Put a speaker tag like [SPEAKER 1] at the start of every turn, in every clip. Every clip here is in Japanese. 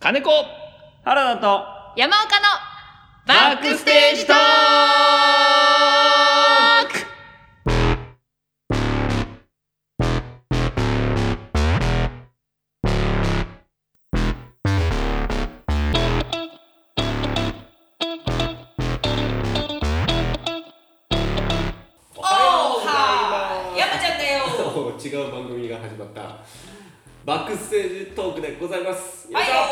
[SPEAKER 1] 金子
[SPEAKER 2] 原田と
[SPEAKER 3] 山岡の
[SPEAKER 1] バックステージトーク
[SPEAKER 4] おー
[SPEAKER 5] おは
[SPEAKER 4] はー山ちゃんだよ
[SPEAKER 5] ようございます違う番組が始まったバックステージトークでございますよ
[SPEAKER 4] はいい
[SPEAKER 5] しょ
[SPEAKER 4] よ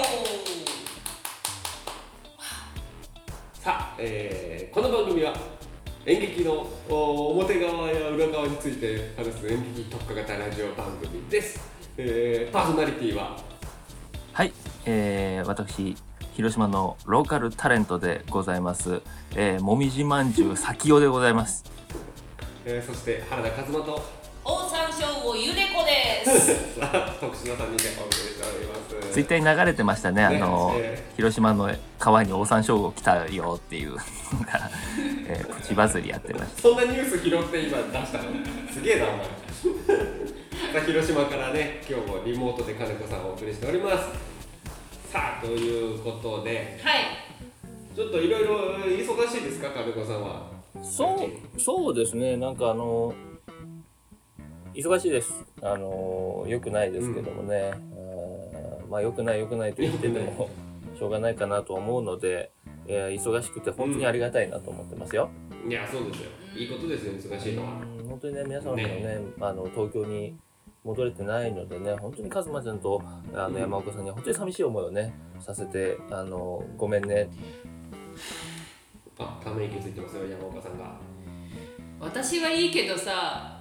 [SPEAKER 5] さあ、えーこの番組は演劇のお表側や裏側について話す演劇特化型ラジオ番組です、えーパーソナリティは
[SPEAKER 6] はい、えー、私広島のローカルタレントでございます、えー、もみじまんじゅうさきおでございます
[SPEAKER 5] えーそして原田和馬と
[SPEAKER 4] オオサンショウウオゆでこです
[SPEAKER 5] 特殊な3人でお送りしております
[SPEAKER 6] ツイッターに流れてましたねあの、
[SPEAKER 5] ね
[SPEAKER 6] 広島の川にオオサンショウウオ来たよっていうの が、えー、プチバズりやってまし
[SPEAKER 5] そんなニュース拾って今出したのすげえなお前さあ広島からね今日もリモートで金子さんをお送りしておりますさあということで
[SPEAKER 4] はい
[SPEAKER 5] ちょっといろいろ忙しいですか金子さんは
[SPEAKER 6] た
[SPEAKER 5] そう
[SPEAKER 6] そうですねなんかあの忙しいですあのよくない
[SPEAKER 5] ですけど
[SPEAKER 6] もね、まあよくないよくないと
[SPEAKER 5] 言ってても
[SPEAKER 6] しょうがないかなと思うので、忙しくて
[SPEAKER 5] 本当にあり
[SPEAKER 6] がたいなと思ってますよ、
[SPEAKER 5] いやそうですよいいことですよ忙しいのは
[SPEAKER 6] うん本当にね皆様もねあの東京に戻れてないのでね本当にカズマちゃんとあ
[SPEAKER 5] うん
[SPEAKER 6] の山岡さんには本当に寂しい思いをねさせてあのごめんね
[SPEAKER 5] あため息ついてますよ山岡さんが
[SPEAKER 4] 私はいいけどさ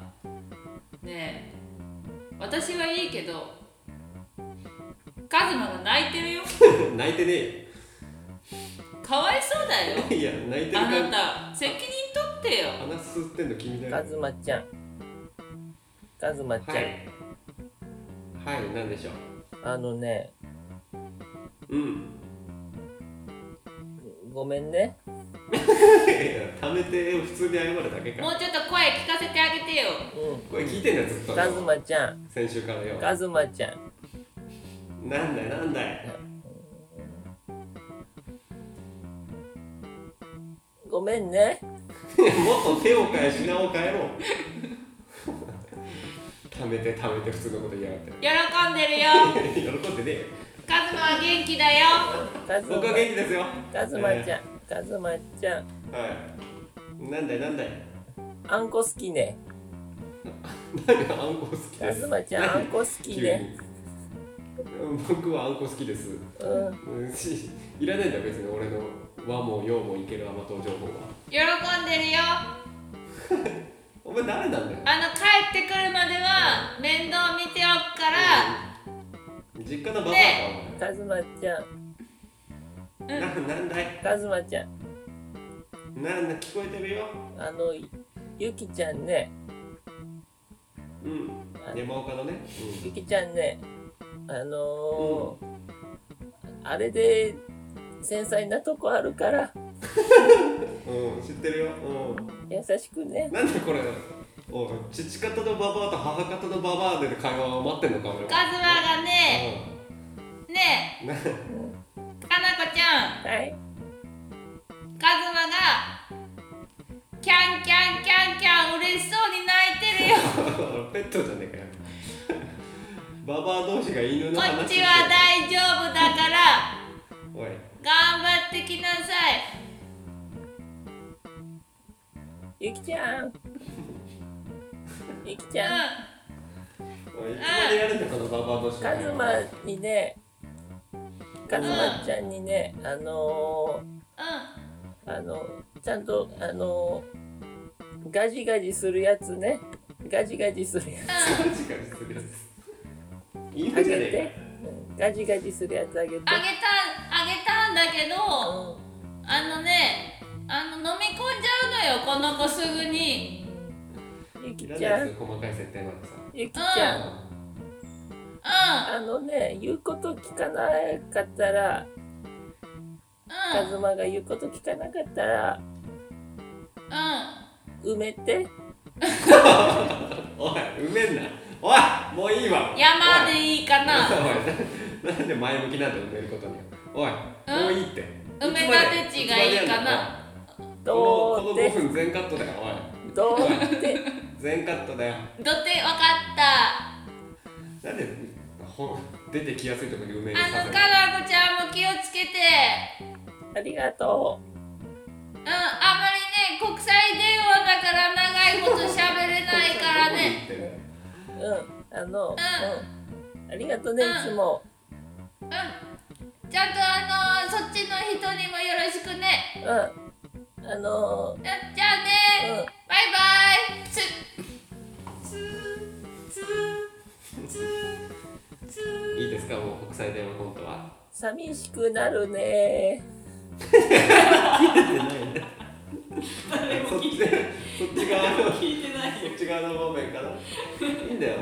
[SPEAKER 4] ねえ私はいいけどカズマが泣いてるよ
[SPEAKER 5] 泣いてね
[SPEAKER 4] かわいそうだよ
[SPEAKER 5] えよいや泣いてる
[SPEAKER 4] あ
[SPEAKER 5] 感じ
[SPEAKER 4] なた責任取ってよ
[SPEAKER 5] 鼻すってんの君だよ
[SPEAKER 6] カズマちゃんカズマちゃん、
[SPEAKER 5] はいはいなんでしょ
[SPEAKER 6] あのね
[SPEAKER 5] ううん
[SPEAKER 6] ごめんね
[SPEAKER 5] いやためて普通に謝るだけ
[SPEAKER 4] も
[SPEAKER 5] か
[SPEAKER 4] うちょっと声聞かせてあげてよ
[SPEAKER 6] う
[SPEAKER 5] これ聞いてんだよずっと
[SPEAKER 6] んカズマちゃん
[SPEAKER 5] 先週からよ
[SPEAKER 6] カズマちゃん
[SPEAKER 5] なんだよなんだよ
[SPEAKER 6] ごめんね
[SPEAKER 5] もっと手を変え品を変えろためてためて普通のこと言いやが
[SPEAKER 4] 喜
[SPEAKER 5] って
[SPEAKER 4] んでるよ
[SPEAKER 5] 喜んでねえよ
[SPEAKER 4] カズマは元気だよ
[SPEAKER 6] カズマ
[SPEAKER 5] 僕は元気ですよ
[SPEAKER 6] カズマち
[SPEAKER 5] ゃ
[SPEAKER 6] ゃんカズマちゃん
[SPEAKER 5] ん、はいなんだいなんだい
[SPEAKER 6] あんこ好きね
[SPEAKER 5] 何があんこ好き
[SPEAKER 6] カ
[SPEAKER 5] で
[SPEAKER 6] ズ
[SPEAKER 5] す
[SPEAKER 6] マちゃんあんこ好 きね
[SPEAKER 5] 急にうん僕はあんこ好きです
[SPEAKER 6] うん
[SPEAKER 5] うんしいらないんだよ別に俺の和も洋もいける甘党情報は
[SPEAKER 4] 喜んでるよ
[SPEAKER 5] お前誰なんだよ
[SPEAKER 4] あの帰ってくるまでは面倒見ておくから
[SPEAKER 5] 実家のババアか
[SPEAKER 6] カズマちゃん
[SPEAKER 5] お前ななんだい
[SPEAKER 6] カズマちゃん
[SPEAKER 5] なんだ聞こえてるよ
[SPEAKER 6] あのゆきちゃんね
[SPEAKER 5] うん山岡のね、
[SPEAKER 6] ゆきちゃんねあのーあれで繊細なとこあるから
[SPEAKER 5] うん、うん、知ってるよ、う
[SPEAKER 6] 優しくね
[SPEAKER 5] ん、なんでこれおい父方のババアと母方のババアで会話を待ってんのか俺は
[SPEAKER 4] カズマがねね
[SPEAKER 5] うんな
[SPEAKER 4] えかなこちゃん
[SPEAKER 6] はい
[SPEAKER 4] カズマがキャンキャンキャンキャン嬉しそうに泣い てるよ
[SPEAKER 5] ペットじゃねえかよババア同士が犬の
[SPEAKER 4] こ
[SPEAKER 5] 話
[SPEAKER 4] っ
[SPEAKER 5] して
[SPEAKER 4] ちは大丈夫だから
[SPEAKER 5] おい
[SPEAKER 4] 頑張ってきなさい
[SPEAKER 6] ゆきちゃんゆきち
[SPEAKER 4] う
[SPEAKER 6] ゃん
[SPEAKER 4] ん
[SPEAKER 5] おいいつまでやるんだこのババア同士
[SPEAKER 6] カズマにねカズマちゃんにねあの
[SPEAKER 4] う
[SPEAKER 6] ーあのちゃんとあのーガジガジするやつねガジガジするやつ
[SPEAKER 5] 確かにするやつ犬じ
[SPEAKER 6] あ
[SPEAKER 5] ゃ
[SPEAKER 6] げ
[SPEAKER 5] ね
[SPEAKER 6] て
[SPEAKER 5] え、
[SPEAKER 6] うんガジガジするやつあげて
[SPEAKER 4] んあげたあげたんだけど、
[SPEAKER 6] う
[SPEAKER 4] あのね、あの飲み込んじゃうのよ、この子すぐに。
[SPEAKER 6] んゆき
[SPEAKER 5] かい
[SPEAKER 6] ち
[SPEAKER 5] らない
[SPEAKER 6] ゃ
[SPEAKER 5] で
[SPEAKER 6] ん
[SPEAKER 5] す細かい設定までさ
[SPEAKER 6] ゆきちゃ
[SPEAKER 4] う
[SPEAKER 6] ん
[SPEAKER 4] ん、うん、
[SPEAKER 6] あのね言うこと聞かなかったらカ
[SPEAKER 4] う
[SPEAKER 6] ズマが言うこと聞かなかったら
[SPEAKER 4] ん。
[SPEAKER 6] 埋めて
[SPEAKER 5] おい埋めんなおいもういいわ
[SPEAKER 4] 山でいいかな。
[SPEAKER 5] おいなんで前向きなんだよ埋めることにおい、
[SPEAKER 4] ん
[SPEAKER 5] もういいって
[SPEAKER 4] 埋め立て地がいいかな
[SPEAKER 5] このこ
[SPEAKER 6] どう
[SPEAKER 5] の
[SPEAKER 6] で
[SPEAKER 5] 5分全カットだよおい
[SPEAKER 6] どうで
[SPEAKER 5] 全カットだよ
[SPEAKER 4] 土手分かった
[SPEAKER 5] なんでほ出てきやすいところに埋める
[SPEAKER 4] あの
[SPEAKER 5] さ
[SPEAKER 4] カラコちゃんも気をつけて
[SPEAKER 6] ありがと
[SPEAKER 4] うんあまりね国際電話だから長いこと喋れないからね
[SPEAKER 5] せる
[SPEAKER 6] ううんあのうんありがとね
[SPEAKER 4] うん
[SPEAKER 6] いつも
[SPEAKER 4] うんちゃんとあのそっちの人にもよろしくね
[SPEAKER 6] うんあの
[SPEAKER 4] うんじゃあね
[SPEAKER 6] うん
[SPEAKER 4] バイバイつ
[SPEAKER 5] いいですかもう国際電話コントは
[SPEAKER 6] 寂しくなるね
[SPEAKER 5] 誰も聞いてないそっち側のそっ
[SPEAKER 1] 聞いてないよ
[SPEAKER 5] ち側の方面からいいんだよ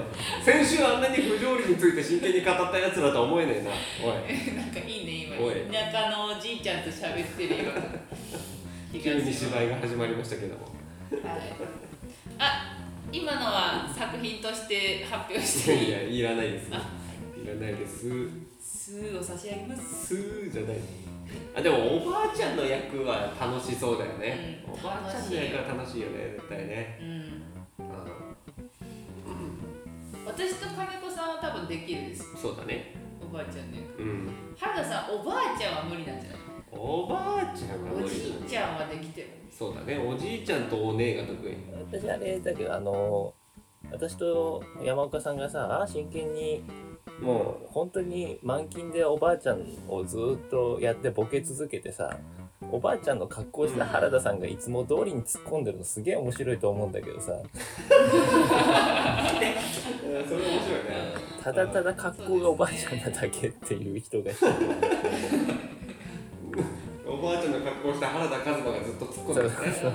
[SPEAKER 5] 先週あんなに不条理について真剣に語ったやつらとは思えねえなおい
[SPEAKER 1] なんかいいね
[SPEAKER 5] おい
[SPEAKER 1] 今田舎のおじいちゃんと喋ってるよ
[SPEAKER 5] 急に
[SPEAKER 1] 東
[SPEAKER 5] 芝居が始まりましたけども
[SPEAKER 1] はい
[SPEAKER 4] あ今のは作品として発表してい
[SPEAKER 5] い
[SPEAKER 4] い
[SPEAKER 5] やいらないですい
[SPEAKER 4] あ
[SPEAKER 5] らないです
[SPEAKER 1] すーを差し上げます
[SPEAKER 5] すーじゃないあでもおばあちゃんの役は楽しそうだよね、
[SPEAKER 1] うん
[SPEAKER 5] おばあちゃんの役は楽しいよね絶対ね
[SPEAKER 1] うん
[SPEAKER 5] あの
[SPEAKER 1] 私と金子さんは多分できるです
[SPEAKER 5] そうだね
[SPEAKER 1] おばあちゃんね
[SPEAKER 5] うん
[SPEAKER 1] 原田さんおばあちゃんは無理なんじゃない
[SPEAKER 5] おばあちゃんが無理
[SPEAKER 1] お
[SPEAKER 5] だ
[SPEAKER 1] じいちゃんはできてる
[SPEAKER 5] そうだねおじいちゃんとお姉が得意
[SPEAKER 6] 私あれだけどあの私と山岡さんがさ真剣にもう本当に満勤でおばあちゃんをずっとやってボケ続けてさおばあちゃんの格好した原田さんがいつも通りに突っ込んでるのすげえ面白いと思うんだけどさ
[SPEAKER 5] それ面白いね
[SPEAKER 6] ただただ格好がおばあちゃんなだけっていう人が
[SPEAKER 5] おばあちゃんの格好した原田一馬がずっと突っ込ん
[SPEAKER 6] そ
[SPEAKER 5] で
[SPEAKER 6] う
[SPEAKER 5] る
[SPEAKER 6] そう そうそう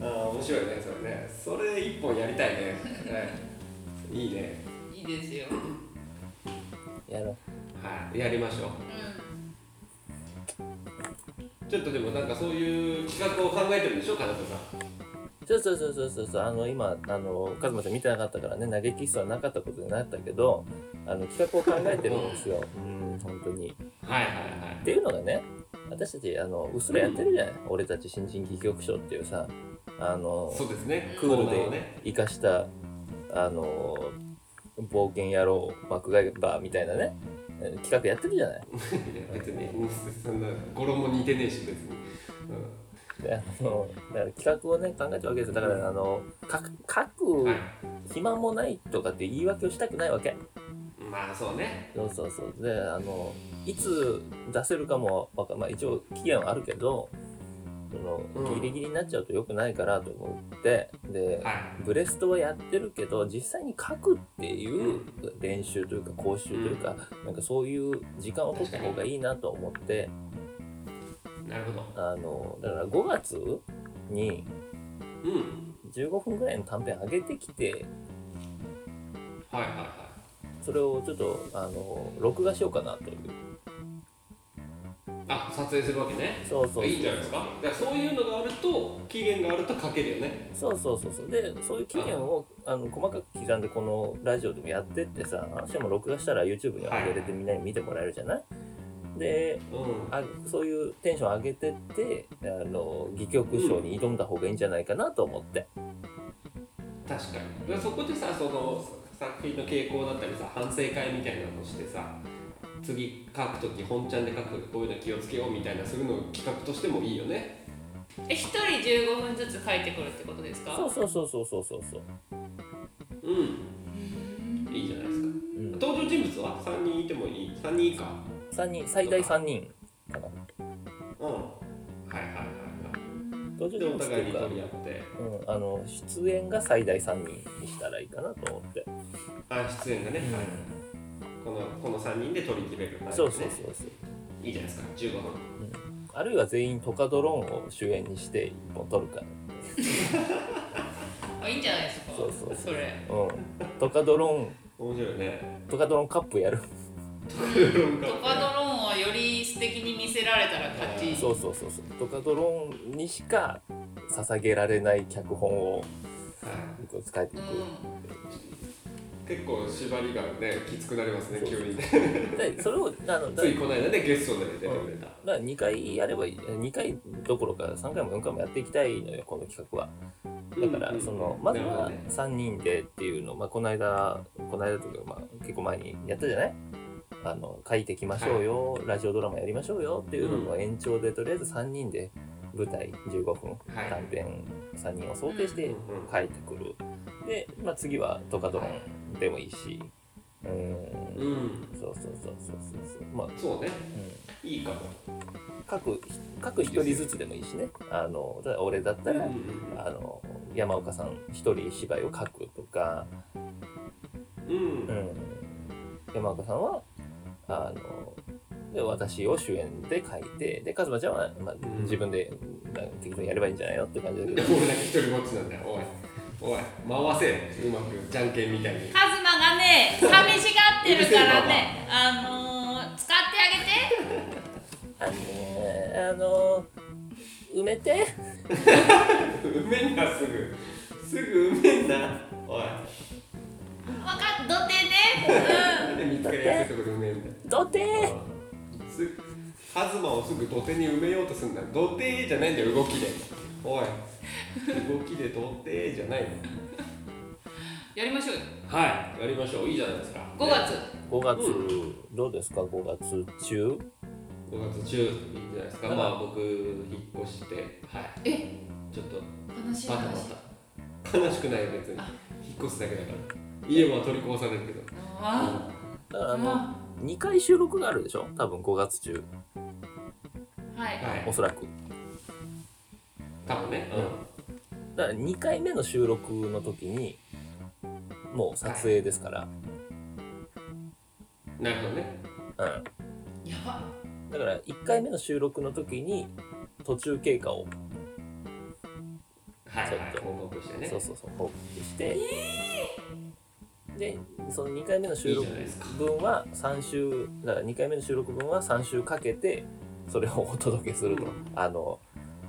[SPEAKER 5] ああ面白いねそれねそれ一本やりたいね、はいいいね
[SPEAKER 1] いいですよ
[SPEAKER 6] やろ
[SPEAKER 5] はいやりましょう
[SPEAKER 4] うん
[SPEAKER 5] ちょっとでもなんかそういう企画を考えてるんでしょ金子さん
[SPEAKER 6] うそうそうそうそうそうそうあの今あのカズマちゃん見てなかったからね投げキッスはなかったことになったけどあの企画を考えてるんですようん本当に
[SPEAKER 5] はいはい
[SPEAKER 6] っ
[SPEAKER 5] は
[SPEAKER 6] ていうのがね私たちあのうっすらやってるじゃない、俺たち新人戯曲賞っていうさあの
[SPEAKER 5] いそうですね
[SPEAKER 6] クー
[SPEAKER 5] コ
[SPEAKER 6] ル
[SPEAKER 5] ナンを
[SPEAKER 6] で
[SPEAKER 5] ね
[SPEAKER 6] 生かしたあの冒険野郎爆買いバーみたいなねえー企画やってるじゃな
[SPEAKER 5] い
[SPEAKER 6] い
[SPEAKER 5] や別にうんそんな語呂も似てねえし別に、う
[SPEAKER 6] であのだから企画をね考えてるわけですよだからあのか書
[SPEAKER 5] んはい
[SPEAKER 6] く暇もないとかって言い訳をしたくないわけ
[SPEAKER 5] まあそうね
[SPEAKER 6] そうそうそうであのいつ出せるかもわかまあ、一応期限はあるけどその
[SPEAKER 5] うん
[SPEAKER 6] ギリギリになっちゃうと良くないからと思ってで、
[SPEAKER 5] は
[SPEAKER 6] ブレストはやってるけど実際に書くっていう練習というか講習というか、なんかそういう時間を取った方がいいなと思って
[SPEAKER 5] いなるほど
[SPEAKER 6] あのだから5月に
[SPEAKER 5] うん
[SPEAKER 6] 15分ぐらいの短編上げてきて
[SPEAKER 5] はいはいは
[SPEAKER 6] それをちょっとあの録画しようかなという
[SPEAKER 5] いあ撮影するわけね
[SPEAKER 6] そうそうそう
[SPEAKER 5] いいんじゃないですかだからそういうのがあると期限があると書けるよね
[SPEAKER 6] そうそうそうそうでそういう期限をあの細かく刻んでこのラジオでもやってってさしかも録画したら YouTube に上げれてみんなに見てもらえるじゃないで
[SPEAKER 5] うん
[SPEAKER 6] あそういうテンション上げてってあの戯曲賞に挑んだ方がいいんじゃないかなと思って、
[SPEAKER 5] 確かにでそこでさその作品の傾向だったりさ反省会みたいなのをしてさ次書くとき本ちゃんで書くこういうの気をつけようみたいなそういうのを企画としてもいいよね
[SPEAKER 4] え一人15分ずつ書いてくるってことですか
[SPEAKER 6] そうそうそうそうそうそうそう
[SPEAKER 5] うんいいじゃないですか
[SPEAKER 6] うん
[SPEAKER 5] 登場人物は3人いてもいい3人以下
[SPEAKER 6] 三人最大3人かな
[SPEAKER 5] うんはいはいはい
[SPEAKER 6] 登
[SPEAKER 5] で
[SPEAKER 6] 場人
[SPEAKER 5] お
[SPEAKER 6] 物とい
[SPEAKER 5] 互いうに
[SPEAKER 6] か
[SPEAKER 5] 取り合って
[SPEAKER 6] うん、あの出演が最大3人にしたらいいかなと思って、
[SPEAKER 5] あ出演がね、はいこのこの3人で取り切れる感じね
[SPEAKER 6] そうそうそうそう
[SPEAKER 5] いいじゃないですか15分
[SPEAKER 6] あるいは全員トカドロンを主演にして一本撮るから
[SPEAKER 4] あいいんじゃないですか
[SPEAKER 6] そうそうそ
[SPEAKER 4] れ
[SPEAKER 6] うん、トカドロン
[SPEAKER 5] 面白いね
[SPEAKER 6] トカドロンカップやる
[SPEAKER 4] トカドロンをより素敵に見せられたら勝ち
[SPEAKER 6] そうそうそうそうトカドロンにしか捧げられない脚本を
[SPEAKER 5] はい
[SPEAKER 6] 使えてい
[SPEAKER 4] う
[SPEAKER 6] く、
[SPEAKER 4] ん
[SPEAKER 5] 結構縛りがねきつくなりますね
[SPEAKER 6] そう
[SPEAKER 5] 急にね
[SPEAKER 6] でそれをあのだ
[SPEAKER 5] ついこの間ねゲストで出てくれた
[SPEAKER 6] だから2回やればいい2回どころか3回も4回もやっていきたいのよこの企画はだからそのまず
[SPEAKER 5] なるほど
[SPEAKER 6] は
[SPEAKER 5] ね
[SPEAKER 6] 3人でっていうのを、まあ、この間この間というか、まあ、結構前にやったじゃないあの書いてきましょうよ、ラジオドラマやりましょうよっていうのの延長で、とりあえず3人で舞台15分
[SPEAKER 5] はい
[SPEAKER 6] 短編3人を想定して書いてくる、で、まあ、次は「トカドロン」でもいいしうーん
[SPEAKER 5] うん
[SPEAKER 6] そうそうそうそうそうそうまあ、う
[SPEAKER 5] そうね
[SPEAKER 6] ん
[SPEAKER 5] いいかも
[SPEAKER 6] 各各一人ずつでもいいしねあの例えば俺だったら、
[SPEAKER 5] うんうん
[SPEAKER 6] あの山岡さん一人芝居を書くとか、
[SPEAKER 5] うん
[SPEAKER 6] うん、山岡さんはあので私を主演で書いてで一馬ちゃんは、まあ
[SPEAKER 5] ん
[SPEAKER 6] 自分でまあ適当にやればいいんじゃないのって感じだ
[SPEAKER 5] 俺
[SPEAKER 6] け
[SPEAKER 5] だ
[SPEAKER 6] ど
[SPEAKER 5] け一人ぼっちなんだよおいおい回せうまくじゃんけんみたいに
[SPEAKER 4] カズマがね寂しがってるからねあのー、使ってあげて
[SPEAKER 6] あのねあの埋めて
[SPEAKER 5] 埋めんなすぐすぐ埋めんなおい
[SPEAKER 4] 分かっどてね
[SPEAKER 5] なんで見つかりやすいとこで埋めんだよ
[SPEAKER 6] どて
[SPEAKER 5] すカズマをすぐ土手に埋めようとすんだ土手じゃないんだよ動きでおい動きで土手じゃないの
[SPEAKER 4] うんやりましょうよ
[SPEAKER 5] はいやりましょういいじゃないですか
[SPEAKER 4] 5月
[SPEAKER 6] 5月、どうですか5月中
[SPEAKER 5] 5月中いいんじゃないですかまあ僕引っ越してはい
[SPEAKER 4] え
[SPEAKER 5] ちょっと
[SPEAKER 4] 話
[SPEAKER 5] バ
[SPEAKER 4] 話
[SPEAKER 5] タバタ悲しくないよ別に引っ越すだけだから家は取り壊されるけど
[SPEAKER 4] あ
[SPEAKER 6] だか
[SPEAKER 4] あ
[SPEAKER 6] らあの2回収録があるでしょ多分5月中
[SPEAKER 4] はい
[SPEAKER 5] はい
[SPEAKER 6] おそらく
[SPEAKER 5] 多分ねう
[SPEAKER 6] だから2回目の収録の時にもう撮影ですから、
[SPEAKER 5] んなるほどね
[SPEAKER 1] やば
[SPEAKER 6] うん、だから1回目の収録の時に途中経過を、
[SPEAKER 5] はいはい
[SPEAKER 6] ちょっと
[SPEAKER 5] 報告してね
[SPEAKER 6] そうそうそう報告して、でその2回目の収
[SPEAKER 5] いい
[SPEAKER 6] 録
[SPEAKER 5] じゃないですか
[SPEAKER 6] 分は3週だから2回目の収録分は3週かけてそれをお届けすると、
[SPEAKER 5] うん
[SPEAKER 6] あの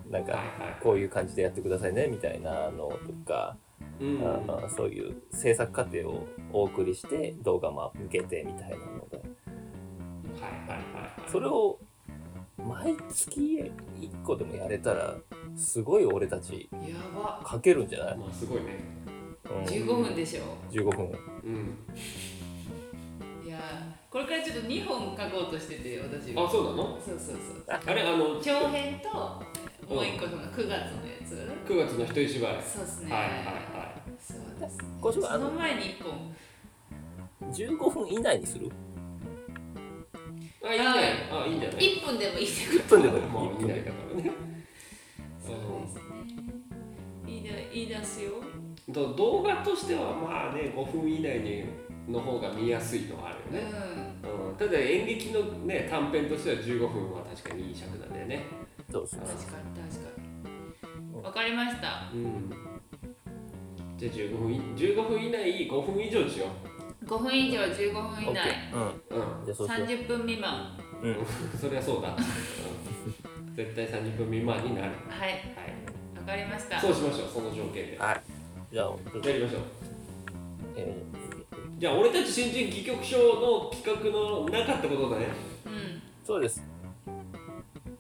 [SPEAKER 6] なん
[SPEAKER 5] はい
[SPEAKER 6] か
[SPEAKER 5] は
[SPEAKER 6] こういう感じでやってくださいねみたいなのとか
[SPEAKER 5] いうん
[SPEAKER 6] あのそういう制作過程をお送りして動画も向けてみたいなので
[SPEAKER 5] はいはいはいはい
[SPEAKER 6] それを毎月1個でもやれたらすごい俺たち
[SPEAKER 1] やば
[SPEAKER 6] 書けるんじゃない、
[SPEAKER 5] まあすごいね
[SPEAKER 6] うん、
[SPEAKER 1] 15分でしょ
[SPEAKER 6] 15分
[SPEAKER 5] うん
[SPEAKER 1] いやーこれからちょっと2本書こうとしてて私
[SPEAKER 5] あそうなの
[SPEAKER 1] そうそうそう
[SPEAKER 5] あれあの
[SPEAKER 1] 長編ともう一個その9月のやつ
[SPEAKER 5] 9月の一人芝居はい
[SPEAKER 1] そうですね
[SPEAKER 5] はいは
[SPEAKER 1] そうです
[SPEAKER 6] こし
[SPEAKER 1] そ
[SPEAKER 6] あ
[SPEAKER 1] の
[SPEAKER 6] の
[SPEAKER 1] 前に1本
[SPEAKER 6] 15分以内にする
[SPEAKER 5] いあいいんじゃないあいいんじゃない
[SPEAKER 1] 1分でもいいってこと
[SPEAKER 6] 1分でもいい
[SPEAKER 5] まあ
[SPEAKER 6] 1
[SPEAKER 5] い
[SPEAKER 6] 分
[SPEAKER 5] ない
[SPEAKER 6] で
[SPEAKER 5] だからね
[SPEAKER 1] そうですね言いだ言い出すよ
[SPEAKER 5] うんと動画としてはまあね5分以内にの方が見やすいのはあ
[SPEAKER 1] う
[SPEAKER 5] るよね、
[SPEAKER 1] ん
[SPEAKER 5] うん、ただ演劇のね短編としては15分は確かにいい尺なんだよね
[SPEAKER 6] そうそう
[SPEAKER 1] 確かに確かにわかりました
[SPEAKER 5] うんじゃあ15分い15分以内5分以上にしよ
[SPEAKER 4] 5分以上15分以内
[SPEAKER 6] OK うん
[SPEAKER 5] ううん
[SPEAKER 6] じゃあそうしよ
[SPEAKER 4] 30分未満
[SPEAKER 6] う、うん、
[SPEAKER 5] そりゃそうだ、うん絶対30分未満になる
[SPEAKER 4] はい
[SPEAKER 5] はい
[SPEAKER 4] わかりました
[SPEAKER 5] そうしましょうその条件でや
[SPEAKER 6] はいじゃあ、
[SPEAKER 5] りましょう
[SPEAKER 6] え
[SPEAKER 5] じゃあ俺たち新人戯曲賞の企画のなかったことだね
[SPEAKER 4] うん
[SPEAKER 6] ーそうです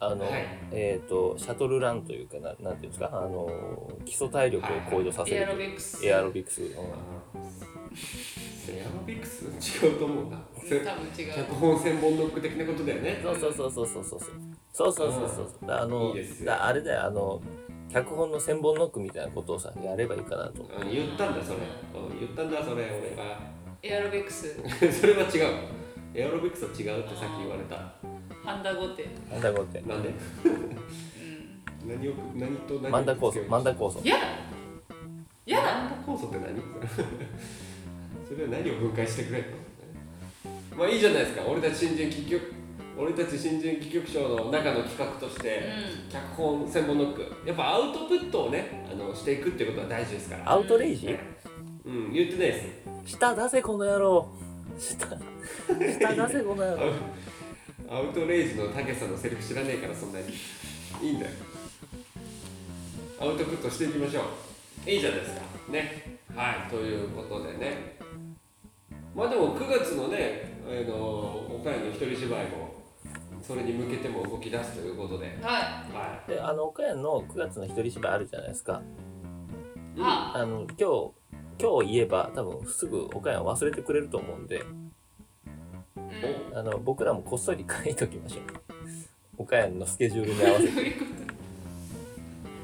[SPEAKER 6] あの、
[SPEAKER 5] はい
[SPEAKER 6] えっ、とシャトルランというかななんていうんですかあの基礎体力を向上させ
[SPEAKER 4] エ
[SPEAKER 6] る
[SPEAKER 4] アロビックス
[SPEAKER 6] エアロビクス、うん
[SPEAKER 5] エアロビクス違うと思う な
[SPEAKER 1] 多
[SPEAKER 5] それ
[SPEAKER 1] 分違
[SPEAKER 5] 脚
[SPEAKER 1] う
[SPEAKER 5] 本専門ノック的なことだよね
[SPEAKER 6] そうそうそうそうそうそうそうそうそうそうそうあの
[SPEAKER 5] いいですよ
[SPEAKER 6] だあれだよあの脚本の千本ノックみたいなことをさやればいいかなと
[SPEAKER 5] うん言ったんだそれうん言ったんだそれ俺が
[SPEAKER 4] エアロビックス
[SPEAKER 5] それは違うエアロビクスは違うってさっき言われた
[SPEAKER 4] ハンダゴテ
[SPEAKER 6] なんだこって
[SPEAKER 5] なんで
[SPEAKER 4] うん
[SPEAKER 5] 何を何と何
[SPEAKER 6] マンダ構想マンダ構想
[SPEAKER 4] やだやだ
[SPEAKER 5] マンダ構想って何 それは何を分解してくれるのまあいいじゃないですか俺たち新人戯曲俺たち新人戯曲賞の中の企画として、
[SPEAKER 4] う
[SPEAKER 5] 脚本専門ノックやっぱアウトプットをねあのしていくってことは大事ですから
[SPEAKER 6] アウトレイジ
[SPEAKER 5] うん言ってないです
[SPEAKER 6] 舌出せこの野郎舌舌出せこの野郎
[SPEAKER 5] アウト レイジのたけしさんのセリフ知らねえからそんなにいいんだよアウトプットしていきましょういいじゃないですかねはいということでねまあでも9月のね、あの岡谷の一人芝居もそれに向けても動き出すということで、
[SPEAKER 1] は
[SPEAKER 5] は
[SPEAKER 6] であの岡谷の9月の一人芝居あるじゃないですか
[SPEAKER 1] い
[SPEAKER 5] い、
[SPEAKER 1] あ
[SPEAKER 6] あの今日今日言えば多分すぐ岡谷は忘れてくれると思うんで
[SPEAKER 1] うん
[SPEAKER 5] お
[SPEAKER 6] あの僕らもこっそり書いときましょう岡谷のスケジュールに合わ せて
[SPEAKER 1] どういうこ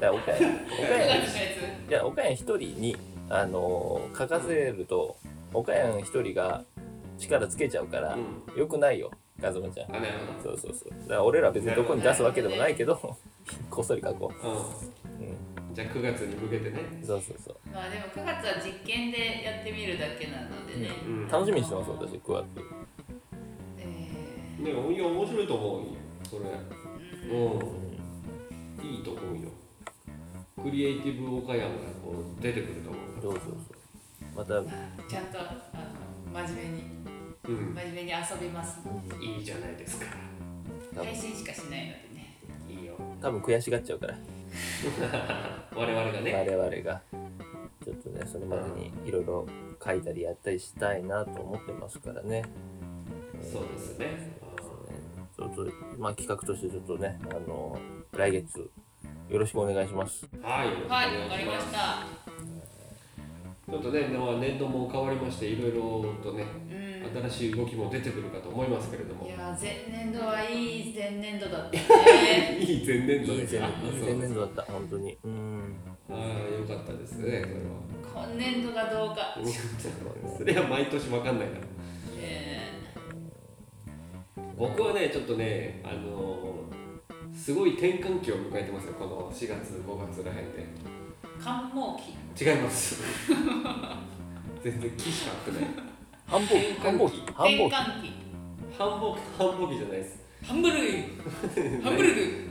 [SPEAKER 1] と
[SPEAKER 6] だから岡谷
[SPEAKER 1] 9
[SPEAKER 6] 岡谷
[SPEAKER 1] 月のや
[SPEAKER 6] いや岡谷一人に、あのー書かせると岡谷一人が力つけちゃうから、
[SPEAKER 5] う
[SPEAKER 6] よくないよ和馬ちゃん
[SPEAKER 5] ん、あなる
[SPEAKER 6] そうそうそうだから俺ら別にどこに出すわけでもないけど こっそり書こ
[SPEAKER 5] ほど、
[SPEAKER 6] う、う
[SPEAKER 5] うん、じゃあ9月に向けてね、
[SPEAKER 6] ん、そうそうそう、
[SPEAKER 1] つまあでも9月は実験でやってみるだけなのでね、
[SPEAKER 5] うん、
[SPEAKER 6] 楽しみにしてます私9月
[SPEAKER 1] え
[SPEAKER 5] ねいや面白いと思うよそれ
[SPEAKER 1] ーうん
[SPEAKER 5] うんいいと思うよクリエイティブ岡山がこう出てくると思
[SPEAKER 6] どうぞまた
[SPEAKER 1] ちゃんとあの真面目に
[SPEAKER 5] ううん
[SPEAKER 1] 真面目に遊びます
[SPEAKER 5] いいじゃないですか
[SPEAKER 6] 多分
[SPEAKER 1] 配信しかしないのでね
[SPEAKER 5] いいよ
[SPEAKER 6] 多分悔しがっちゃうから
[SPEAKER 5] 我々がね
[SPEAKER 6] 我々がちょっとねそれまでにいろいろ書いたりやったりしたいなと思ってますからね
[SPEAKER 5] そうですね
[SPEAKER 6] ちょっと、まあ、企画としてちょっとね、あの来月よろしくお願いします。
[SPEAKER 5] はい
[SPEAKER 1] はいわかりました
[SPEAKER 5] ちょっとねまあ年度も変わりましていろいろとね
[SPEAKER 1] うん
[SPEAKER 5] 新しい動きも出てくるかと思いますけれども
[SPEAKER 1] いやー前年度はいい前年度だった ね
[SPEAKER 5] いい前
[SPEAKER 6] い
[SPEAKER 5] 年
[SPEAKER 6] い
[SPEAKER 5] 度
[SPEAKER 6] 前
[SPEAKER 5] で
[SPEAKER 6] 年
[SPEAKER 5] す
[SPEAKER 6] 度
[SPEAKER 5] か
[SPEAKER 6] いい前 年度だった、本当に。うん。
[SPEAKER 5] ああよかったですねそれは
[SPEAKER 1] 今年度がどうか
[SPEAKER 5] それは毎年わかんないから
[SPEAKER 1] え
[SPEAKER 5] 僕はねちょっとねあのーすごい転換期を迎えてますよこの4月5月らへん
[SPEAKER 1] ー寒毛期
[SPEAKER 5] で違います 全然期しか合ってない
[SPEAKER 6] 繁忙期、繁忙期、繁
[SPEAKER 1] 転
[SPEAKER 6] 忙期。
[SPEAKER 1] 換期
[SPEAKER 5] 繁忙期繁忙期じゃないです
[SPEAKER 1] ハンブルグハンブルグ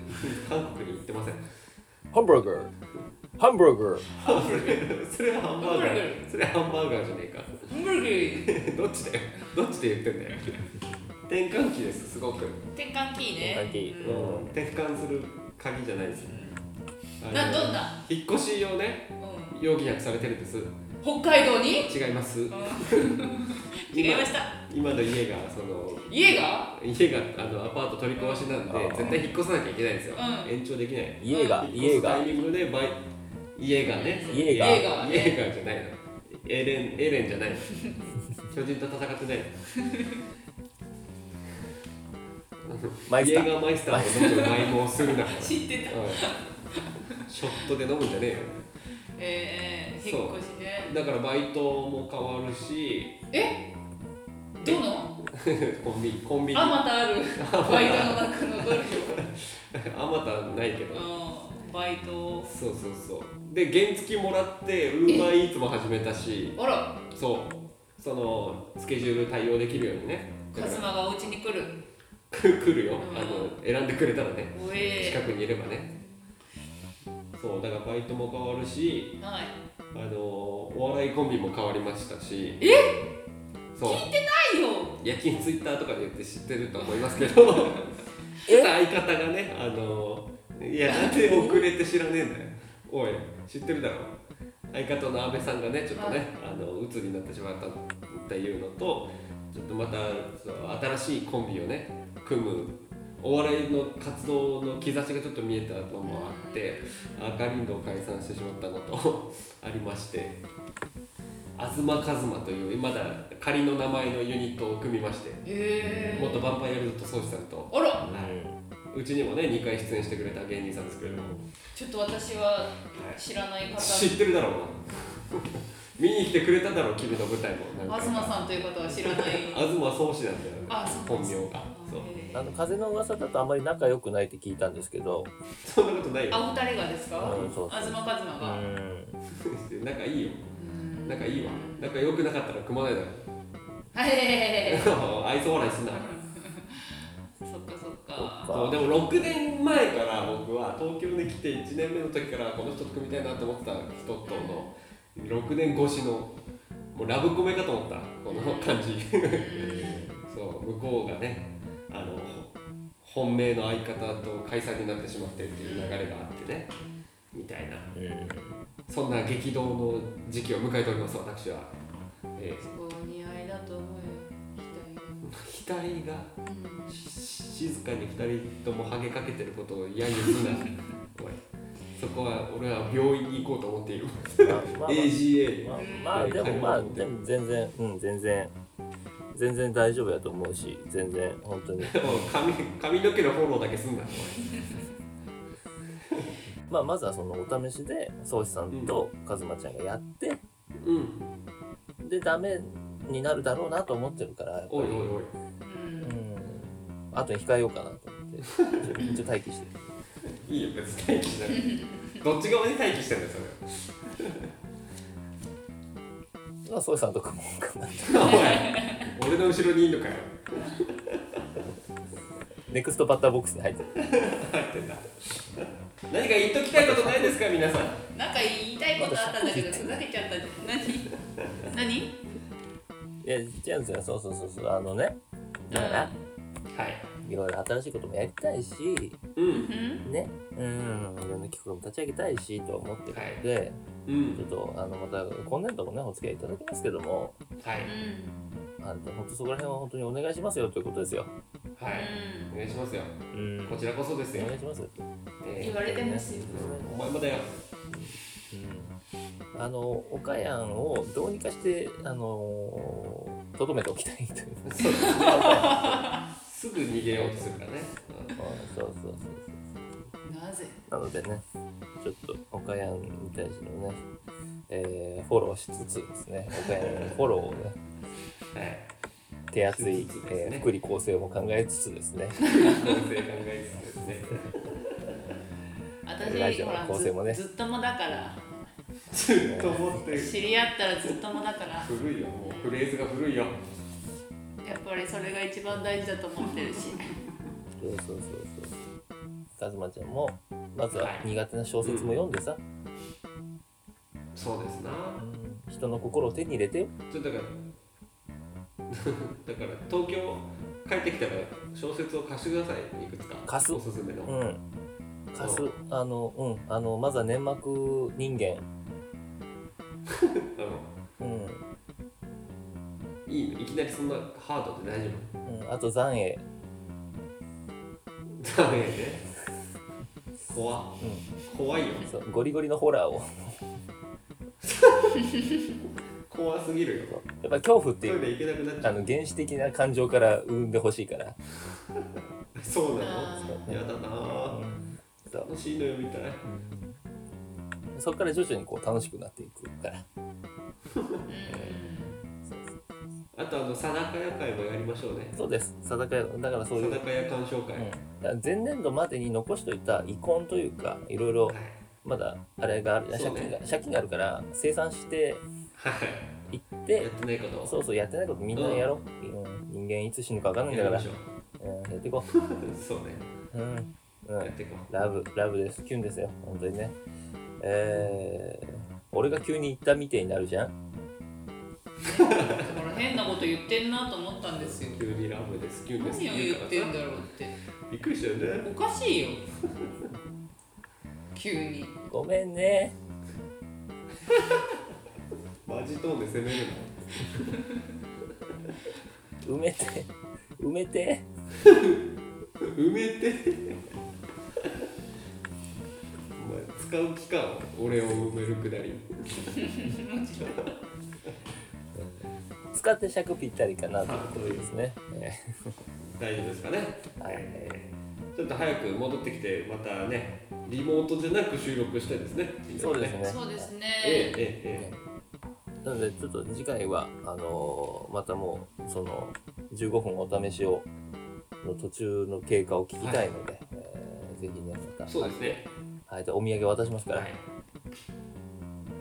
[SPEAKER 5] 韓国に行ってません
[SPEAKER 6] ハンバーガー。ハンバーガー。
[SPEAKER 5] それはハンバーガーそれはハンバーガーじゃねえか
[SPEAKER 1] ハンブルグ
[SPEAKER 5] どっちだよどっちで言ってんだよ転換期ですすごく、
[SPEAKER 1] 転換期ね
[SPEAKER 6] 転換期
[SPEAKER 1] う
[SPEAKER 6] うんん
[SPEAKER 5] 転換する鍵じゃないですあの
[SPEAKER 1] などんな、
[SPEAKER 5] 引っ越しをね
[SPEAKER 1] う
[SPEAKER 5] 容疑なくされてるんです
[SPEAKER 1] ん、北海道に、
[SPEAKER 5] 違います
[SPEAKER 1] うん、違いました
[SPEAKER 5] 今の家がその
[SPEAKER 1] 家が
[SPEAKER 5] 家があのアパート取り壊しなん
[SPEAKER 6] あ
[SPEAKER 5] で
[SPEAKER 6] ー
[SPEAKER 5] 絶対引っ越さなきゃいけないんですよ、
[SPEAKER 1] うん
[SPEAKER 5] 延長できない
[SPEAKER 6] 家が、
[SPEAKER 5] 引っ越
[SPEAKER 6] 家
[SPEAKER 5] すタ
[SPEAKER 6] が
[SPEAKER 5] イ。ミングでバイ家がね
[SPEAKER 6] 家が
[SPEAKER 1] 家がね
[SPEAKER 5] 家がじゃないのエレンエレンじゃな いの巨人と戦ってない
[SPEAKER 6] マイスタ
[SPEAKER 5] 家
[SPEAKER 6] ー。
[SPEAKER 5] がマイスター を飲むマイモをするなうん
[SPEAKER 1] 知ってた
[SPEAKER 5] ショットで飲むんじゃねえよ
[SPEAKER 1] えー、
[SPEAKER 5] そう
[SPEAKER 1] 引っ越しね
[SPEAKER 5] だからバイトも変わるし
[SPEAKER 1] えどの
[SPEAKER 5] コンビニコンビニ
[SPEAKER 1] あ
[SPEAKER 5] あ
[SPEAKER 1] またあるバイトの中のどれ
[SPEAKER 5] またないけど
[SPEAKER 1] をうんバイト
[SPEAKER 5] そうそうそうで原付もらってウーバーイーツも始めたし
[SPEAKER 1] あら
[SPEAKER 5] そうそのスケジュール対応できるようにねだ
[SPEAKER 1] カ
[SPEAKER 5] か
[SPEAKER 1] ズ
[SPEAKER 5] ら
[SPEAKER 1] マがお家に来る
[SPEAKER 5] く来る
[SPEAKER 1] う
[SPEAKER 5] よ、
[SPEAKER 1] ん
[SPEAKER 5] あの選んでくれたらね
[SPEAKER 1] お
[SPEAKER 5] 近
[SPEAKER 1] え
[SPEAKER 5] くにいればねそうだからバイトも変わるし
[SPEAKER 1] ー、ない
[SPEAKER 5] あのお笑いコンビも変わりましたしそう
[SPEAKER 1] ないよ
[SPEAKER 5] 夜勤ツイッターとかで言って知ってると思いますけどちょっと相方がねあのいやなんで遅れて知らねえんだよおい知ってるだろ相方の阿部さんがねちょっとねあの鬱になってしまったっていうのとちょっとまたそう新しいコンビをね組むお笑いの活動の兆しがちょっと見えたのもあって赤リンドを解散してしまったのとありまして東和馬というまだ仮の名前のユニットを組みまして
[SPEAKER 1] へえ
[SPEAKER 5] 元ヴァンパイアルドと宗師さんと
[SPEAKER 1] ー、あら
[SPEAKER 5] うちにもね2回出演してくれた芸人さんですけれども、
[SPEAKER 1] ちょっと私は
[SPEAKER 5] はい
[SPEAKER 1] 知らない方
[SPEAKER 5] 知ってるだろうな見に来てくれただろう君の舞台もなんか
[SPEAKER 1] 東さんという方は知らない
[SPEAKER 5] 東宗師なんだよね
[SPEAKER 1] あそう
[SPEAKER 5] 本
[SPEAKER 1] なんです
[SPEAKER 5] 名がそう
[SPEAKER 1] へー
[SPEAKER 6] あの風の噂だとあんまり仲良くないって聞いたんですけど、
[SPEAKER 5] そんなことないよ
[SPEAKER 1] あ、お二人がですか。
[SPEAKER 6] うんそうそう
[SPEAKER 1] 東和馬
[SPEAKER 6] う
[SPEAKER 1] が。
[SPEAKER 6] ん、
[SPEAKER 5] 仲いいよ
[SPEAKER 1] うん
[SPEAKER 5] 仲いいわ仲良くなかったら組まないだろ
[SPEAKER 1] はい。
[SPEAKER 5] う 愛想笑いすんな
[SPEAKER 1] そっかそっ
[SPEAKER 6] そ
[SPEAKER 1] か。
[SPEAKER 6] っ
[SPEAKER 5] そうでも6年前から僕は東京に来て1年目の時からこの人と組みたいなと思ってた人との6年越しのもうラブコメかと思ったこの感じそう向こうがねあの本命の相方と解散になってしまってっていう流れがあってねみたいな
[SPEAKER 6] うん、
[SPEAKER 5] そんな激動の時期を迎えております私は、え
[SPEAKER 1] お似合いだっ
[SPEAKER 4] と思うよ期
[SPEAKER 5] 額が
[SPEAKER 4] 待をうん
[SPEAKER 5] 静かに2人ともハゲかけてることを揶揄すなおいそこは俺は病院に行こうと思っている
[SPEAKER 6] まあ
[SPEAKER 5] AGA
[SPEAKER 6] まあまあでもまあでも全然うん全然全然大丈夫やと思うし全然本当に
[SPEAKER 5] おい髪髪の毛のフォローだけすんなおい
[SPEAKER 6] まあまずはそのお試しで宗師さんと和真ちゃんがやって
[SPEAKER 5] うん
[SPEAKER 6] でダメになるだろうなと思ってるからやっぱり
[SPEAKER 5] おいおいおい
[SPEAKER 4] うん
[SPEAKER 6] うんあとに控えようかなと思って一応待機してる
[SPEAKER 5] いいよ別に待機しない どっち側に待機してんだよそれ
[SPEAKER 6] まあ宗師さんと組もうかな
[SPEAKER 5] おい俺の後ろにいんのかよ
[SPEAKER 6] ネクストバッターボックスに入ってる
[SPEAKER 5] 何か言っときたいことないですか皆さん
[SPEAKER 1] なんか言いたいことあったんだけどふざけちゃった何何
[SPEAKER 6] いや違うんですよそうそうそうそうあのねだから
[SPEAKER 5] はい
[SPEAKER 6] いろいろ新しいこともやりたいし
[SPEAKER 5] うん
[SPEAKER 1] うん
[SPEAKER 6] ねうんいろんな企画も立ち上げたいしと思ってるので、
[SPEAKER 5] う
[SPEAKER 6] ちょっ
[SPEAKER 5] ん
[SPEAKER 6] とあのまた今年度もねお付き合いいただきますけども
[SPEAKER 5] はい
[SPEAKER 4] うん
[SPEAKER 6] あの本当そこら辺は本当にお願いしますよということですよ。
[SPEAKER 4] う
[SPEAKER 5] は
[SPEAKER 4] ん
[SPEAKER 5] いお願いしますよ
[SPEAKER 6] うん
[SPEAKER 5] こちらこそですよ
[SPEAKER 6] お、願いしますよ。
[SPEAKER 5] え
[SPEAKER 4] 言われてますよ
[SPEAKER 5] ーお前まだよ
[SPEAKER 6] うん、あの岡山をどうにかしてあのーとどめておきたいという。
[SPEAKER 5] そうですねすぐ逃げようとするからね、
[SPEAKER 6] あそうそうそうそう。
[SPEAKER 1] なぜ
[SPEAKER 6] なのでね、ちょっと岡山に対してのね、えーフォローしつつですね、岡山のフォローを ね、
[SPEAKER 5] うんはい
[SPEAKER 6] 手厚い、
[SPEAKER 5] しつつですね
[SPEAKER 6] えー福利厚生も考えつつですね、
[SPEAKER 5] 構成考えつつですね
[SPEAKER 6] ラジ
[SPEAKER 4] 私
[SPEAKER 6] オ
[SPEAKER 4] ほ
[SPEAKER 6] の
[SPEAKER 4] ら
[SPEAKER 6] 構成もね
[SPEAKER 4] ずずっともだから
[SPEAKER 5] ずっと思って
[SPEAKER 4] 知り合ったらずっともだから
[SPEAKER 5] 古いよもうフレーズが古いよ
[SPEAKER 4] やっぱりそれが一番大事だと思ってるし
[SPEAKER 6] そうそうそうそう。カズマちゃんも、まずは苦手な小説も読んでさ、
[SPEAKER 5] そうですな
[SPEAKER 6] うん人の心を手に入れてよ。
[SPEAKER 5] ちょっとだからだから東京帰ってきたら小説を貸してくださいいくつか
[SPEAKER 6] 貸す
[SPEAKER 5] おすすめの、
[SPEAKER 6] うん。貸す
[SPEAKER 5] そう、
[SPEAKER 6] あの、うん、あの、まずは粘膜人間。
[SPEAKER 5] う
[SPEAKER 6] うん。
[SPEAKER 5] ん、いいのいきなりそんなハードで大丈
[SPEAKER 6] うん、あと、残影。
[SPEAKER 5] 夫ダメね怖
[SPEAKER 6] う
[SPEAKER 5] 怖いよ
[SPEAKER 6] ん。そう、ゴリゴリのホラーを。
[SPEAKER 5] 怖すぎるよ
[SPEAKER 6] そうやっぱ恐怖って
[SPEAKER 5] トイ
[SPEAKER 6] いう
[SPEAKER 5] レ行けなくなっちゃ
[SPEAKER 6] あの原始的な感情から生んでほしいから、
[SPEAKER 5] うそうな
[SPEAKER 4] あ
[SPEAKER 5] のやだな
[SPEAKER 6] う
[SPEAKER 5] あ
[SPEAKER 6] んそう
[SPEAKER 5] 楽しいのよみたい
[SPEAKER 6] そこから徐々にこう楽しくなっていくから
[SPEAKER 4] うん
[SPEAKER 5] あとあの定か屋会もやりましょうね
[SPEAKER 6] そうです定かだからそういう、
[SPEAKER 5] 定
[SPEAKER 6] うん、だ
[SPEAKER 5] か屋鑑賞会、
[SPEAKER 6] から前年度までに残しといた遺恨というかいろいろ
[SPEAKER 5] はい
[SPEAKER 6] まだあれがある借
[SPEAKER 5] そうね
[SPEAKER 6] 金が借金があるから生産して
[SPEAKER 5] はい
[SPEAKER 6] っ
[SPEAKER 5] いや
[SPEAKER 6] て
[SPEAKER 5] ってないことを
[SPEAKER 6] そうそうやってないことみんなやろう、うん人間いつ死ぬか分かんないんだ
[SPEAKER 5] や
[SPEAKER 6] か
[SPEAKER 5] りま
[SPEAKER 6] ら
[SPEAKER 5] しょう
[SPEAKER 6] うん、やっていこ
[SPEAKER 5] そうね
[SPEAKER 6] ううん、う
[SPEAKER 5] やっ
[SPEAKER 6] ん、
[SPEAKER 5] ていこう
[SPEAKER 6] ラブラブですキュンですよ本当にねえー、俺が急に言ったみてえになるじゃん
[SPEAKER 4] だから変なこと言ってんなと思ったんですよ
[SPEAKER 5] 急にラブです急に
[SPEAKER 4] 何
[SPEAKER 5] で
[SPEAKER 4] を
[SPEAKER 5] す
[SPEAKER 4] 言
[SPEAKER 5] う
[SPEAKER 4] ってんだ
[SPEAKER 5] さ
[SPEAKER 4] ろうって
[SPEAKER 5] びっくりしたよね
[SPEAKER 4] おかしいよ急に
[SPEAKER 6] ごめんね
[SPEAKER 5] マジトーンで攻める
[SPEAKER 6] 埋めて埋めて
[SPEAKER 5] の埋めて お前使う期間俺を埋めるくだり
[SPEAKER 4] もちろん
[SPEAKER 6] 使って尺ぴったりかなということですね、え
[SPEAKER 5] 大丈夫ですかね
[SPEAKER 6] ーはい
[SPEAKER 5] えーちょっと早く戻ってきてまたねリモートじゃなく収録してですね
[SPEAKER 6] そうですね
[SPEAKER 4] そうですね、
[SPEAKER 5] えええええ
[SPEAKER 6] なのでちょっと次回はあのーまたもうその15分お試しをの途中の経過を聞きたいので、えーぜひねま
[SPEAKER 5] え
[SPEAKER 6] た
[SPEAKER 5] そうですね
[SPEAKER 6] はいでお土産渡しますから、
[SPEAKER 5] はい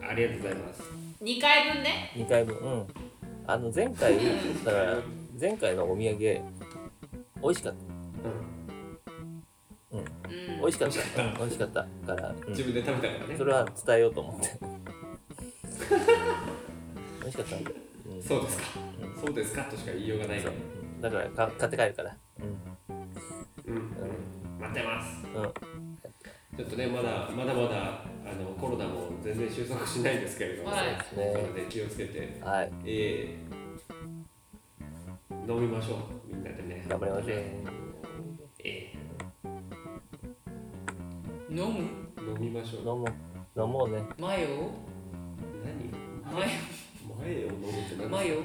[SPEAKER 5] ありがとうございます
[SPEAKER 4] 2回分ね
[SPEAKER 6] 2回分うんあの前回だから前回のお土産美味しかっ
[SPEAKER 5] うん
[SPEAKER 4] うん
[SPEAKER 6] た美味しかったうん美味しかったから、うん
[SPEAKER 5] 自分で食べたからね
[SPEAKER 6] それは伝えようと思って 美味しかったんで、うん
[SPEAKER 5] そうですか、そうですかとしか言いようがない
[SPEAKER 6] そう
[SPEAKER 5] ね
[SPEAKER 6] うんだからか買って帰るから
[SPEAKER 5] うん、待ってます
[SPEAKER 6] うん、うん、
[SPEAKER 5] ちょっとねまだまだまだあのコロナも全然収束しないんですけれども、
[SPEAKER 4] はい
[SPEAKER 6] ね
[SPEAKER 5] なので気をつけて
[SPEAKER 6] はい
[SPEAKER 5] え飲みましょうみんなでね
[SPEAKER 6] 頑張りましょう
[SPEAKER 5] ええ
[SPEAKER 1] 飲む
[SPEAKER 5] 飲みましょう
[SPEAKER 6] 飲もう飲もうね
[SPEAKER 1] マヨ
[SPEAKER 5] 何
[SPEAKER 1] マヨ
[SPEAKER 5] 前を飲むって何
[SPEAKER 1] マヨ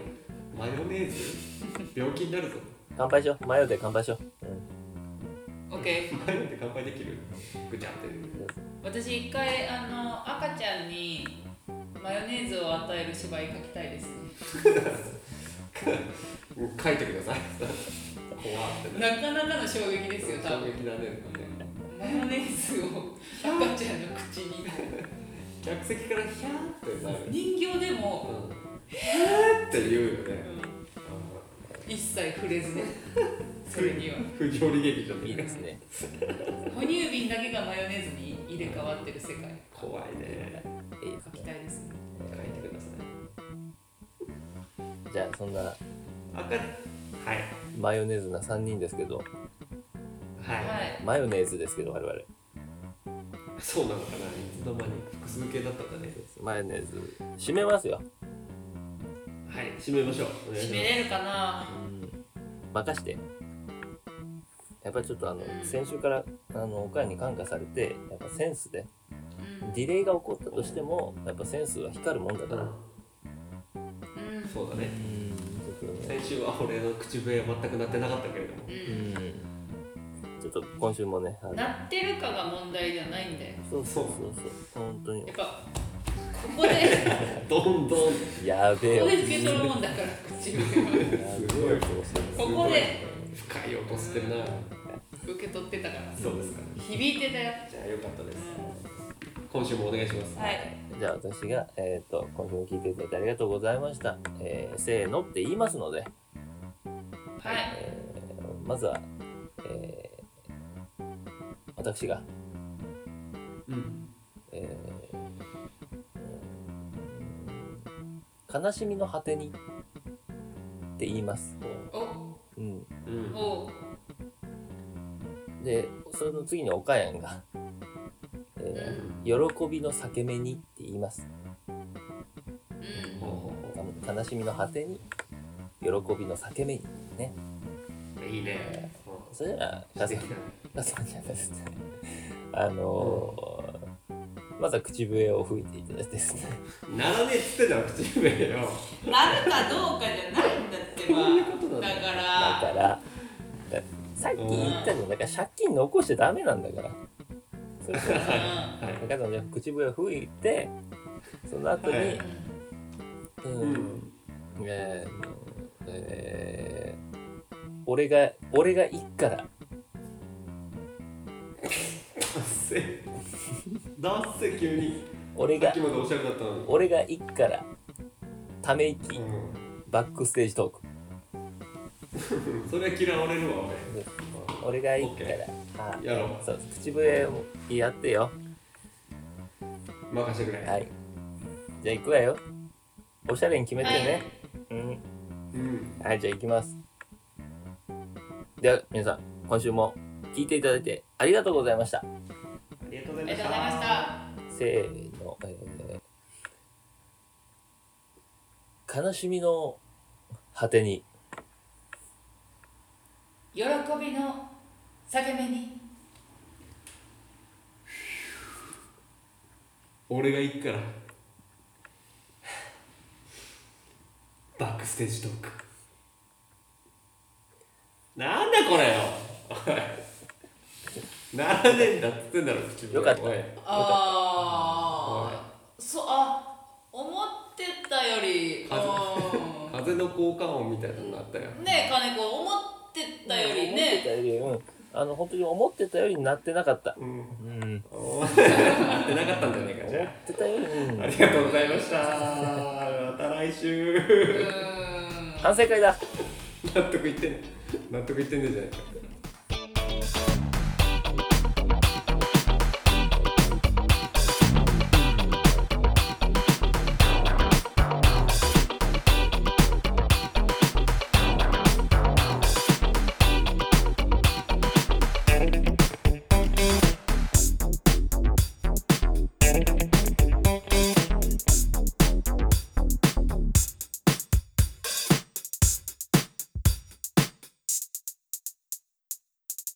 [SPEAKER 5] マヨネー ズ病気になるぞ
[SPEAKER 6] 乾杯しようマヨで乾杯しよう、うん、
[SPEAKER 1] オッケー
[SPEAKER 5] マヨで乾杯できるぐちゃって
[SPEAKER 1] 私一回あの赤ちゃんにマヨネーズを与える芝居書きたいですね
[SPEAKER 5] うん書いてください怖って
[SPEAKER 1] な
[SPEAKER 5] ね
[SPEAKER 1] かなかの衝撃ですよ多
[SPEAKER 5] 衝
[SPEAKER 1] 分
[SPEAKER 5] 撃だね
[SPEAKER 1] マヨネーズを赤ちゃんの口に
[SPEAKER 5] 客席からヒャーってなる
[SPEAKER 1] 人形でも、
[SPEAKER 5] うんって言うよ
[SPEAKER 1] う
[SPEAKER 5] ね
[SPEAKER 1] ん
[SPEAKER 5] あ
[SPEAKER 1] 一切触れずね それには
[SPEAKER 5] の不条理劇場
[SPEAKER 6] いい
[SPEAKER 5] で
[SPEAKER 6] ですね
[SPEAKER 1] 哺乳瓶だけがマヨネーズに入れ替わってる世界
[SPEAKER 5] 怖いね
[SPEAKER 6] いいで
[SPEAKER 1] 書
[SPEAKER 6] す
[SPEAKER 1] き
[SPEAKER 6] ね
[SPEAKER 1] たいですね
[SPEAKER 5] 書いてください
[SPEAKER 6] じゃあそんな
[SPEAKER 5] 赤はい
[SPEAKER 6] マヨネーズな3人ですけど
[SPEAKER 5] はい、
[SPEAKER 1] はい
[SPEAKER 6] マヨネーズですけど我々
[SPEAKER 5] そうなのかないつの間に複数形だったんだね
[SPEAKER 6] マヨネーズ締めますよ、
[SPEAKER 5] はい締めましょうお願いし
[SPEAKER 1] 締
[SPEAKER 5] ま
[SPEAKER 1] め
[SPEAKER 5] す
[SPEAKER 1] れるかな
[SPEAKER 6] うん、任してやっぱりちょっとあの
[SPEAKER 1] うん
[SPEAKER 6] 先週からあのおかんに感化されてやっぱセンスで
[SPEAKER 1] うん
[SPEAKER 6] ディレイが起こったとしてもやっぱセンスは光るもんだから
[SPEAKER 1] うん
[SPEAKER 5] そうだね
[SPEAKER 6] うんちょっとね
[SPEAKER 5] 先週は俺の口笛は全く鳴ってなかったけれども
[SPEAKER 6] うんちょっと今週もねあの
[SPEAKER 1] なってるかが問題じゃないんだよ
[SPEAKER 6] そうそうそうそう本当に
[SPEAKER 1] やっぱここ で
[SPEAKER 5] どんどん
[SPEAKER 6] やべえ
[SPEAKER 1] こ
[SPEAKER 6] よ
[SPEAKER 1] こで受 け取るもんだから口を
[SPEAKER 6] すごい音がする
[SPEAKER 1] ここです
[SPEAKER 5] ごい深い音してるな
[SPEAKER 1] 受け取ってたから
[SPEAKER 5] そうですか
[SPEAKER 1] 響いてたよ
[SPEAKER 5] じゃあよかったです今週もお願いします
[SPEAKER 1] はい
[SPEAKER 6] じゃあ私が、えー、と今週も聞いていただいてありがとうございました、えーせーのって言いますので、
[SPEAKER 1] はい
[SPEAKER 6] えーまずは、えー私が、
[SPEAKER 5] うん
[SPEAKER 6] えーうん悲しみの果てにって言います、
[SPEAKER 1] お
[SPEAKER 6] うん、
[SPEAKER 5] うん
[SPEAKER 1] おう
[SPEAKER 6] でその次に岡山が、えー喜びの裂け目にって言います
[SPEAKER 1] うん
[SPEAKER 5] ほうほうほ
[SPEAKER 6] 悲しみの果てに喜びの裂け目にね
[SPEAKER 5] ういいね
[SPEAKER 6] それじゃ
[SPEAKER 5] 素
[SPEAKER 6] あ
[SPEAKER 5] 敵だ
[SPEAKER 6] あそうなんですね。あのー、まずは口笛を吹いていただいてですね。
[SPEAKER 5] ならねえっつってんだろ口笛よ
[SPEAKER 1] なるかどうかじゃないんだってば
[SPEAKER 5] そういうことなんだ
[SPEAKER 1] だか
[SPEAKER 6] だ
[SPEAKER 1] ら
[SPEAKER 6] から、ださっき言ったじゃん、だから借金残しちゃダメなんだから。それそう
[SPEAKER 1] う。ん
[SPEAKER 5] はい
[SPEAKER 6] だから、口笛を吹いて、その後に、
[SPEAKER 5] はい
[SPEAKER 6] うん、
[SPEAKER 5] うん
[SPEAKER 6] えーえー俺が、俺が行っから、
[SPEAKER 5] 達成達成急に
[SPEAKER 6] 俺
[SPEAKER 5] さ
[SPEAKER 6] が
[SPEAKER 5] っき、までおしゃれだったのに
[SPEAKER 6] 俺が行っから、ため息、
[SPEAKER 5] う
[SPEAKER 6] バックステージトーク。
[SPEAKER 5] んそれは嫌われるわ
[SPEAKER 6] 俺がいいから、はい
[SPEAKER 5] やろう
[SPEAKER 6] そう口笛をやってよ
[SPEAKER 5] 俺任せてくれ
[SPEAKER 6] はいじゃあ行くわよおしゃれに決めてね、
[SPEAKER 5] うん
[SPEAKER 6] うんはいじゃあ行きますでは皆さん今週も聞いていただいてありがとうございました
[SPEAKER 5] ありがとうご
[SPEAKER 1] あ
[SPEAKER 5] ざ
[SPEAKER 1] りがとうございました
[SPEAKER 6] せーの、えー悲しみの果てに
[SPEAKER 1] 喜びの裂け目に
[SPEAKER 5] 俺が行くからバックステージトークなんだこれよおいならねえんだっつってんだろ口笛
[SPEAKER 6] よかった
[SPEAKER 5] おい
[SPEAKER 1] ああそうあ思ってたより
[SPEAKER 5] 風
[SPEAKER 1] う
[SPEAKER 5] 風の効果音みたいなのあったよ
[SPEAKER 1] んねえ金子思ってたより
[SPEAKER 6] 思って
[SPEAKER 1] ね
[SPEAKER 6] たよりうんあの本当に思ってたよりなってなかった
[SPEAKER 5] うん
[SPEAKER 6] うん
[SPEAKER 5] おー合ってなかったんじゃないかじゃ
[SPEAKER 6] 言ってたより、うん
[SPEAKER 5] あありがとうございましたまた来週
[SPEAKER 1] うーん
[SPEAKER 6] 反省会だ
[SPEAKER 5] 納得いってん納得いってんねえじゃないか